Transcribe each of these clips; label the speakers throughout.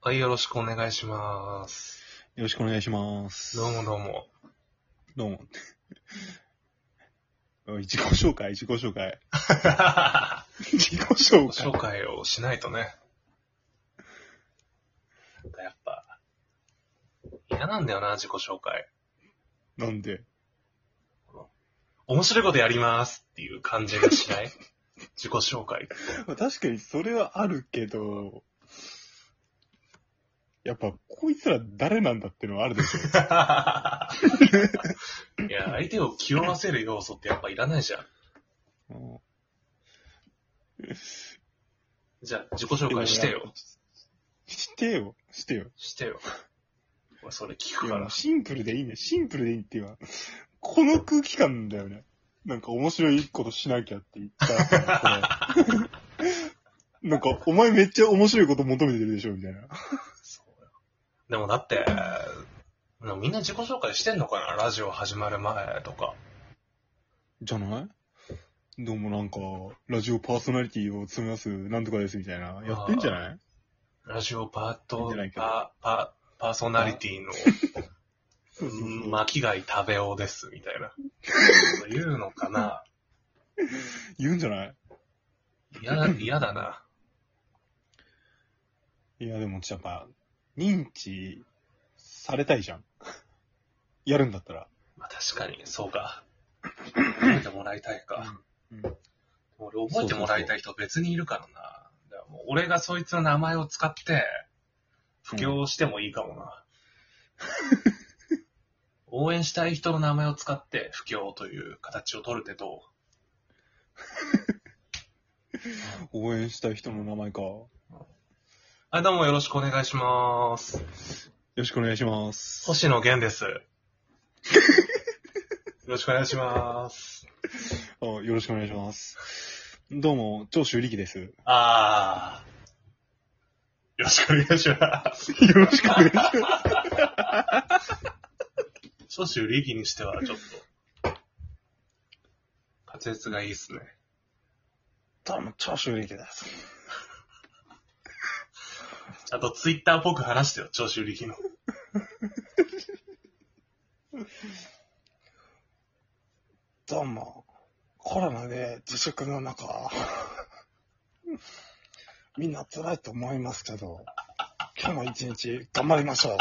Speaker 1: はい、よろしくお願いします。
Speaker 2: よろしくお願いします。
Speaker 1: どうもどうも。
Speaker 2: どうも。 おい自己紹介、自己紹介。 自己紹介。
Speaker 1: 紹介をしないとね。なんかやっぱ、嫌なんだよな、自己紹介。
Speaker 2: なんで
Speaker 1: 面白いことやりますっていう感じがしない自己紹介。
Speaker 2: まあ確かにそれはあるけど、やっぱ、こいつら誰なんだってのはあるでしょ。
Speaker 1: いや、相手を気負わせる要素ってやっぱいらないじゃん。
Speaker 2: うん
Speaker 1: じゃあ、自己紹介してよ。。
Speaker 2: してよ、してよ。
Speaker 1: してよ。俺それ聞
Speaker 2: い
Speaker 1: く
Speaker 2: や
Speaker 1: か
Speaker 2: も
Speaker 1: ら
Speaker 2: う。シンプルでいいね。シンプルでいいっていうか、この空気感だよね。なんか面白いことしなきゃって言った。これなんか、お前めっちゃ面白いこと求めてるでしょみたいな。
Speaker 1: そうよでもだって、でもみんな自己紹介してんのかなラジオ始まる前とか。
Speaker 2: じゃないどうもなんか、ラジオパーソナリティを務めます、なんとかですみたいな。やってんじゃない
Speaker 1: ラジオパー
Speaker 2: 見
Speaker 1: ト
Speaker 2: てない、けど
Speaker 1: パ、パ、パーソナリティの
Speaker 2: そうそうそう。
Speaker 1: 巻貝食べおです、みた いな。言うのかな
Speaker 2: 言うんじゃない
Speaker 1: 嫌だ、嫌だな。
Speaker 2: いや、でもやっぱ、認知されたいじゃん。やるんだったら。
Speaker 1: まあ確かに、そうか。覚えてもらいたいか。
Speaker 2: うん
Speaker 1: 俺覚えてもらいたい人別にいるからな。だからもう俺がそいつの名前を使って、布教してもいいかも な。応援したい人の名前を使って、布教という形を取るってどううん
Speaker 2: 応援したい人の名前か。よ
Speaker 1: はい、どうもよろしくお願いします。
Speaker 2: ろしくお願いします。
Speaker 1: 星野源 です。よろしくお願いします。
Speaker 2: あよろしくお願いします。どうも、長州力です。よ
Speaker 1: あー。よろしくお願いします。
Speaker 2: ろしくお願いします。
Speaker 1: 少子売り気にしてはちょっと、 滑舌がいいっすね。
Speaker 2: どうも、長州力です。
Speaker 1: あと、ツイッターっぽく話してよ、長州力の。
Speaker 2: どうも、コロナで自粛の中、みんな辛いと思いますけど、今日も一日頑張りましょう。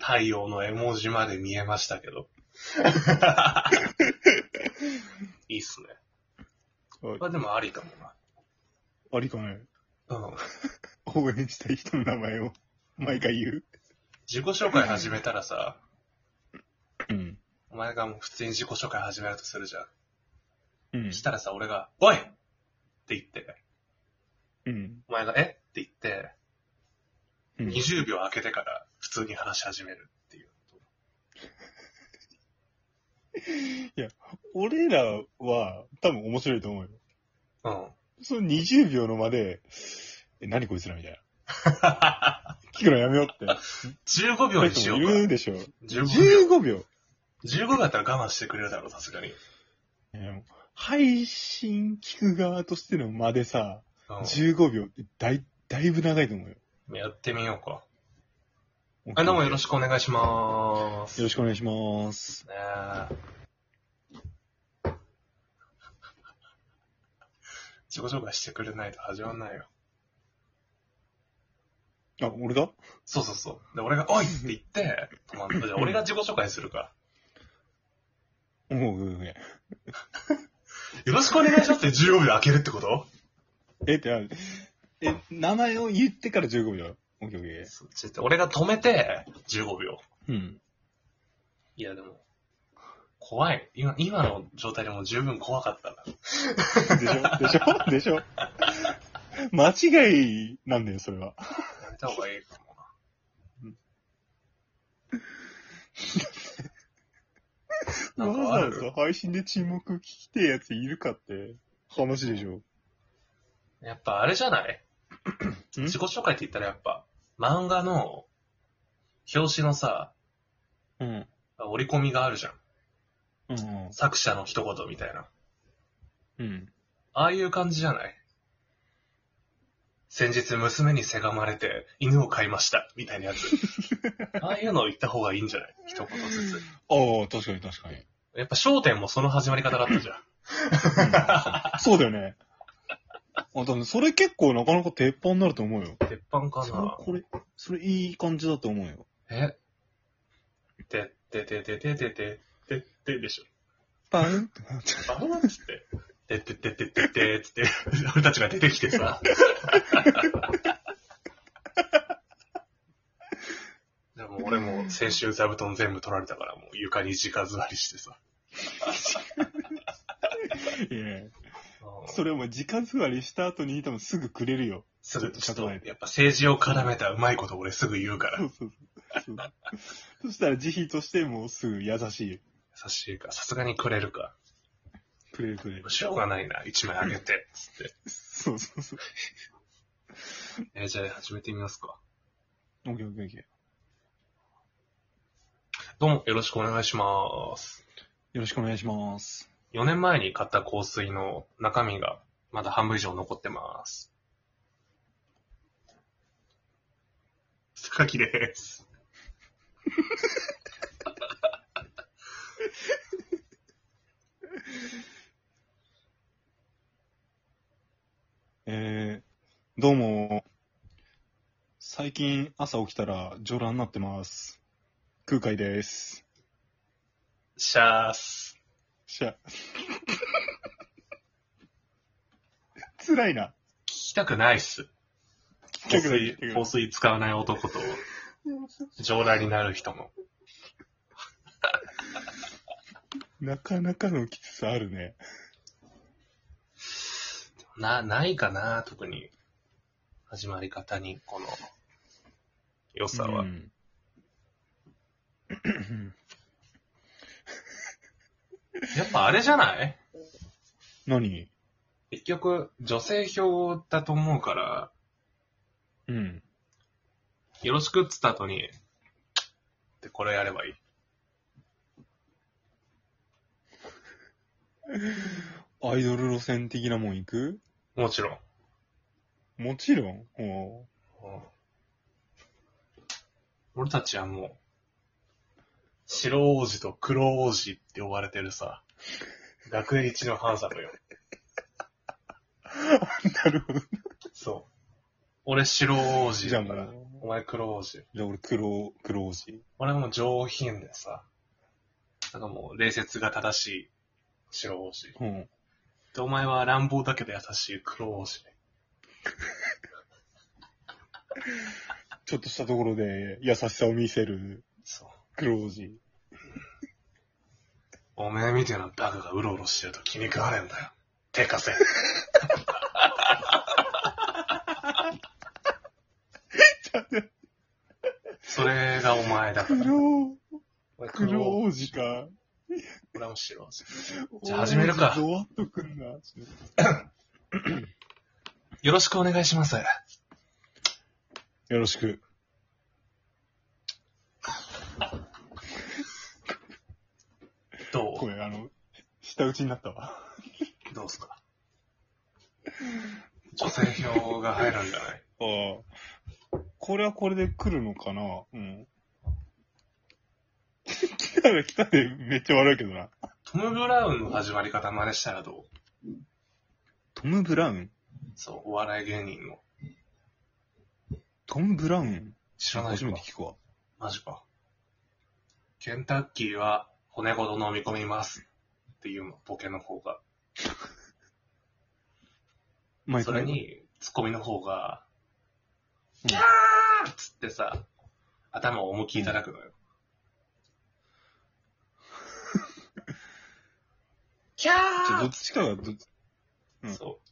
Speaker 1: 太陽の絵文字まで見えましたけ ど。いいっすね。
Speaker 2: はい
Speaker 1: まあでもありかも
Speaker 2: ありかね、
Speaker 1: な。うん。
Speaker 2: 応援したい人の名前を毎回言う。
Speaker 1: 自己紹介始めたらさ、
Speaker 2: うん。
Speaker 1: お前がもう普通に自己紹介始めるとするじゃん。
Speaker 2: うん
Speaker 1: したらさ、俺が、おいって言って、
Speaker 2: うん。
Speaker 1: お前が、えって言って、
Speaker 2: うん
Speaker 1: 20秒空けてから普通に話し始めるっていう。
Speaker 2: 俺らは多分面白いと思うよ。
Speaker 1: うん。
Speaker 2: その20秒の間で、え、何こいつらみたいな。 聞くのやめようって。
Speaker 1: 15秒にしよ
Speaker 2: いう
Speaker 1: か。
Speaker 2: るでしょ。
Speaker 1: 15
Speaker 2: 15秒。
Speaker 1: 秒。15秒だったら我慢してくれるだろう、さすがに。
Speaker 2: いやもう配信聞く側としての間でさ、
Speaker 1: う
Speaker 2: 15秒ってだい、だいぶ長いと思うよ。
Speaker 1: ん。やってみようか。はい、どうもよろ
Speaker 2: し
Speaker 1: しくお願いしま
Speaker 2: く
Speaker 1: す。
Speaker 2: よろしくお願いします。
Speaker 1: ねえ。自己紹介してくれないと始まんないよ。
Speaker 2: あ、俺だ
Speaker 1: そうそうそう。で、俺が、おいって言って、止まんじゃあ俺が自己紹介するか。
Speaker 2: うんうんうん。
Speaker 1: よろしくお願いしますって15秒開けるってこと
Speaker 2: え、ってな、え、名前を言ってから15秒。オッケーオッケ
Speaker 1: そうちょっと俺が止めて、15秒。
Speaker 2: ー。うん。
Speaker 1: いや、でも、怖い。今、今の状態でもう十分怖かったな。
Speaker 2: でしょでしょでし ょ間違いなんだよ、それは。
Speaker 1: やめた方がいいかもな。 なんかあ
Speaker 2: わ
Speaker 1: る
Speaker 2: ざわざ配信で沈黙聞きてえやついるかって話でしょ。
Speaker 1: やっぱあれじゃない
Speaker 2: ん
Speaker 1: 自己紹介って言ったらやっぱ、漫画の表紙のさ、
Speaker 2: うん。
Speaker 1: 折り込みがあるじゃん。
Speaker 2: うん。
Speaker 1: 作者の一言みたいな。
Speaker 2: うん。
Speaker 1: ああいう感じじゃない先日娘にせがまれて犬を飼いました、みたいなや つ。ああいうのを言った方がいいんじゃない一言ずつ。
Speaker 2: ああ、確かに確 かに。
Speaker 1: やっぱ焦点もその始まり方だったじゃん。
Speaker 2: そうだよね。あ、多分それ結構なかなか鉄板になると思うよ。
Speaker 1: 鉄板か
Speaker 2: それ
Speaker 1: な、
Speaker 2: これ、それいい感じだと思うよ。
Speaker 1: えてっててててててててでしょ。
Speaker 2: パンってなっちゃう。
Speaker 1: あれつって。てってってってってってつって、俺たちが出てきてさ。でも俺も先週座布団全部取られたから、もう床に直座りしてさ。
Speaker 2: いやいやそれお前、直座りした後に多分すぐくれるよ。
Speaker 1: すぐ、ちょっと、
Speaker 2: ちょ
Speaker 1: や
Speaker 2: っ
Speaker 1: っ
Speaker 2: と
Speaker 1: ぱ政治を絡めたうまいこと俺すぐ言うから。
Speaker 2: そ
Speaker 1: 優
Speaker 2: うそうそう。そうそしたら慈悲としてもうすぐ優しいよ。
Speaker 1: しいか、さすがにくれるか。
Speaker 2: くれるくれる。
Speaker 1: しょうがないな、一枚あげて、つって。
Speaker 2: そうそうそう。
Speaker 1: えーじゃあ始めてみますか。
Speaker 2: オッケーオッケーオッケー。
Speaker 1: どうも、よろしくお願いします。
Speaker 2: よろしくお願いします。
Speaker 1: 4年前に買った香水の中身がまだ半分以上残ってます。高木です。
Speaker 2: えー、どうも。最近朝起きたら上乱になってます。空海です。
Speaker 1: シャース。
Speaker 2: しゃ。 辛いな。
Speaker 1: 聞きたくないっす。香水、香水使わない男と、上来になる人も。
Speaker 2: なかなかのきつさあるね。
Speaker 1: な、ないかな、特に。始まり方に、この、良さは。
Speaker 2: ん
Speaker 1: やっぱあれじゃない
Speaker 2: 何
Speaker 1: 結局、女性票だと思うから、
Speaker 2: うん。
Speaker 1: よろしくっつった後に、で、これやればいい。
Speaker 2: アイドル路線的なもん行く
Speaker 1: もちろん。
Speaker 2: もちろん。おう
Speaker 1: うん俺たちはもう、白王子と黒王子って呼ばれてるさ、学園一のハンサムよ。
Speaker 2: なるほど。
Speaker 1: そう。俺白王子
Speaker 2: じゃあ
Speaker 1: だか
Speaker 2: も
Speaker 1: ら
Speaker 2: う、。
Speaker 1: お前黒王子。
Speaker 2: じゃあ俺黒、黒王子。
Speaker 1: 俺はもう上品でさ、なんかもう礼節が正しい白王子。
Speaker 2: うん。
Speaker 1: で、お前は乱暴だけど優しい黒王子。
Speaker 2: ちょっとしたところで優しさを見せる
Speaker 1: そう。
Speaker 2: 黒王子。
Speaker 1: おめえみたいなバカがうろうろしてると気に食わねえんだよ。手貸せ。 それがお前だから。
Speaker 2: 黒、
Speaker 1: 俺
Speaker 2: 黒
Speaker 1: 黒
Speaker 2: 王子か。
Speaker 1: 俺は白王子。じゃあ始めるか
Speaker 2: ゾワッとくんな。
Speaker 1: よろしくお願いします。
Speaker 2: よろしく。
Speaker 1: ど
Speaker 2: これ、あの、下打ちになったわ。
Speaker 1: うどうす か女性票が入るんじゃない
Speaker 2: ああ。これはこれで来るのかなうん。 来たら来たでめっちゃ悪いけどな。
Speaker 1: トム・ブラウンの始まり方真似したらどう
Speaker 2: トム・ブラウン
Speaker 1: そう、お笑い芸人の。
Speaker 2: トム・ブラウン
Speaker 1: 知らない
Speaker 2: 初
Speaker 1: 人
Speaker 2: め
Speaker 1: か
Speaker 2: て聞くわ。
Speaker 1: マジか。ケンタッキーは骨ごと飲み込みます。っていうボケの方が。
Speaker 2: マイ
Speaker 1: そ
Speaker 2: ク
Speaker 1: れに、ツッコミの方が、
Speaker 2: うん
Speaker 1: キャーっつってさ、頭を思いっきり叩くのよ。キャ
Speaker 2: じゃあど
Speaker 1: ー
Speaker 2: っちかがど、うん
Speaker 1: そ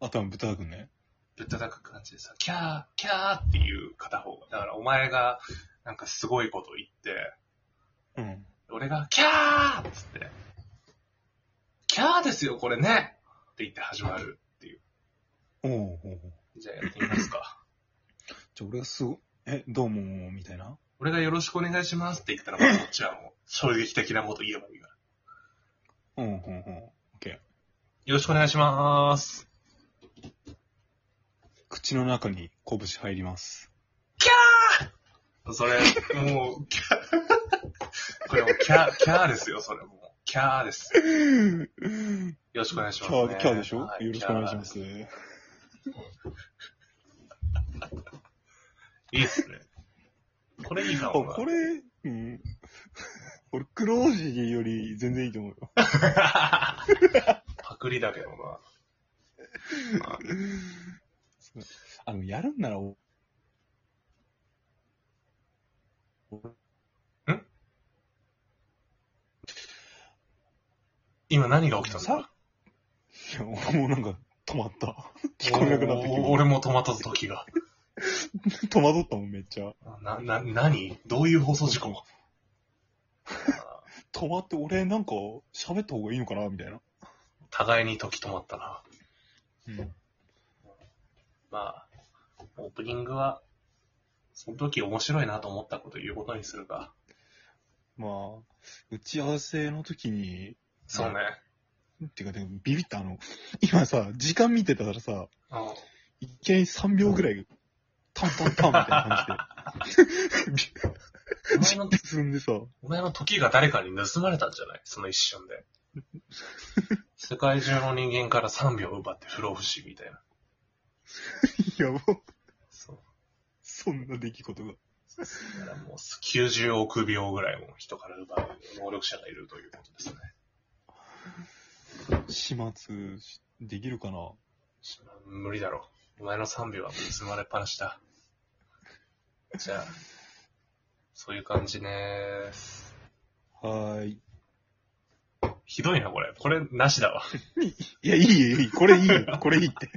Speaker 2: 頭ぶたくんね。
Speaker 1: う、ぶった叩く感じでさ、キャー、キャーっていう片方が。だからお前が、なんかすごいこと言って、
Speaker 2: うん。
Speaker 1: 俺が、キャーっつって、キャーですよ、これねって言って始まるっていう。
Speaker 2: おうおうおう
Speaker 1: じゃあやってみますか。
Speaker 2: じゃあ俺がすご、え、どうも、みたいな。
Speaker 1: 俺がよろしくお願いしますって言ったら、まあこっちはもう、衝撃的なこと言えばいいから。
Speaker 2: うん、うん、うん。
Speaker 1: よろしくお願いします。
Speaker 2: 口口の中に拳入り ます。
Speaker 1: それ、もう、キャー。これもうキャー、キャーですよ、それもう。キャーです。よろしくお願いします、
Speaker 2: キャー、
Speaker 1: ね。
Speaker 2: キャーでしょ、
Speaker 1: は
Speaker 2: よろしくお願いしま。す
Speaker 1: キャー。いいっすね。これいいか
Speaker 2: あ、
Speaker 1: もな。
Speaker 2: これ、うん。 俺、クロージーより全然いいと思うよ。
Speaker 1: パクリだけどな。
Speaker 2: あの、やるんならお、
Speaker 1: 今何が起きたんだ
Speaker 2: さいやもうなんか、止まった。聞こえなくなってき
Speaker 1: お俺も戸惑った時が。
Speaker 2: て。戸惑ったもん、めっちゃ。
Speaker 1: な、な、何どういう放送事故
Speaker 2: 止まって、俺、なんか、喋った方がいいのかなみたいな。
Speaker 1: 互いに時止まったな。
Speaker 2: うん。
Speaker 1: まあ、オープニングは、その時面白いなと思ったこと言うことにするが。
Speaker 2: まあ、打ち合わせの時に、
Speaker 1: そうね。
Speaker 2: てか、でもビビった、あの、今さ、時間見てたからさ、
Speaker 1: うん。
Speaker 2: いきなり3秒ぐらい、タンタンタンみたいな感じで。
Speaker 1: お前の、
Speaker 2: 進んでさ、
Speaker 1: お前の時が誰かに盗まれたんじゃないその一瞬で。世界中の人間から3秒奪って不老不死みたいな。
Speaker 2: いや、もう、
Speaker 1: そう。
Speaker 2: そんな出来事が。
Speaker 1: だからもう90億秒ぐらいも人から奪う能力者がいるということですね。
Speaker 2: 始末しできるかな
Speaker 1: 無理だろ。お前の3秒は盗まれっぱなしだ。じゃあ、そういう感じね
Speaker 2: はーい。
Speaker 1: ひどいな、これ。これ、なしだわ。
Speaker 2: いや、いいよ、いい。これいいよ。これいいって。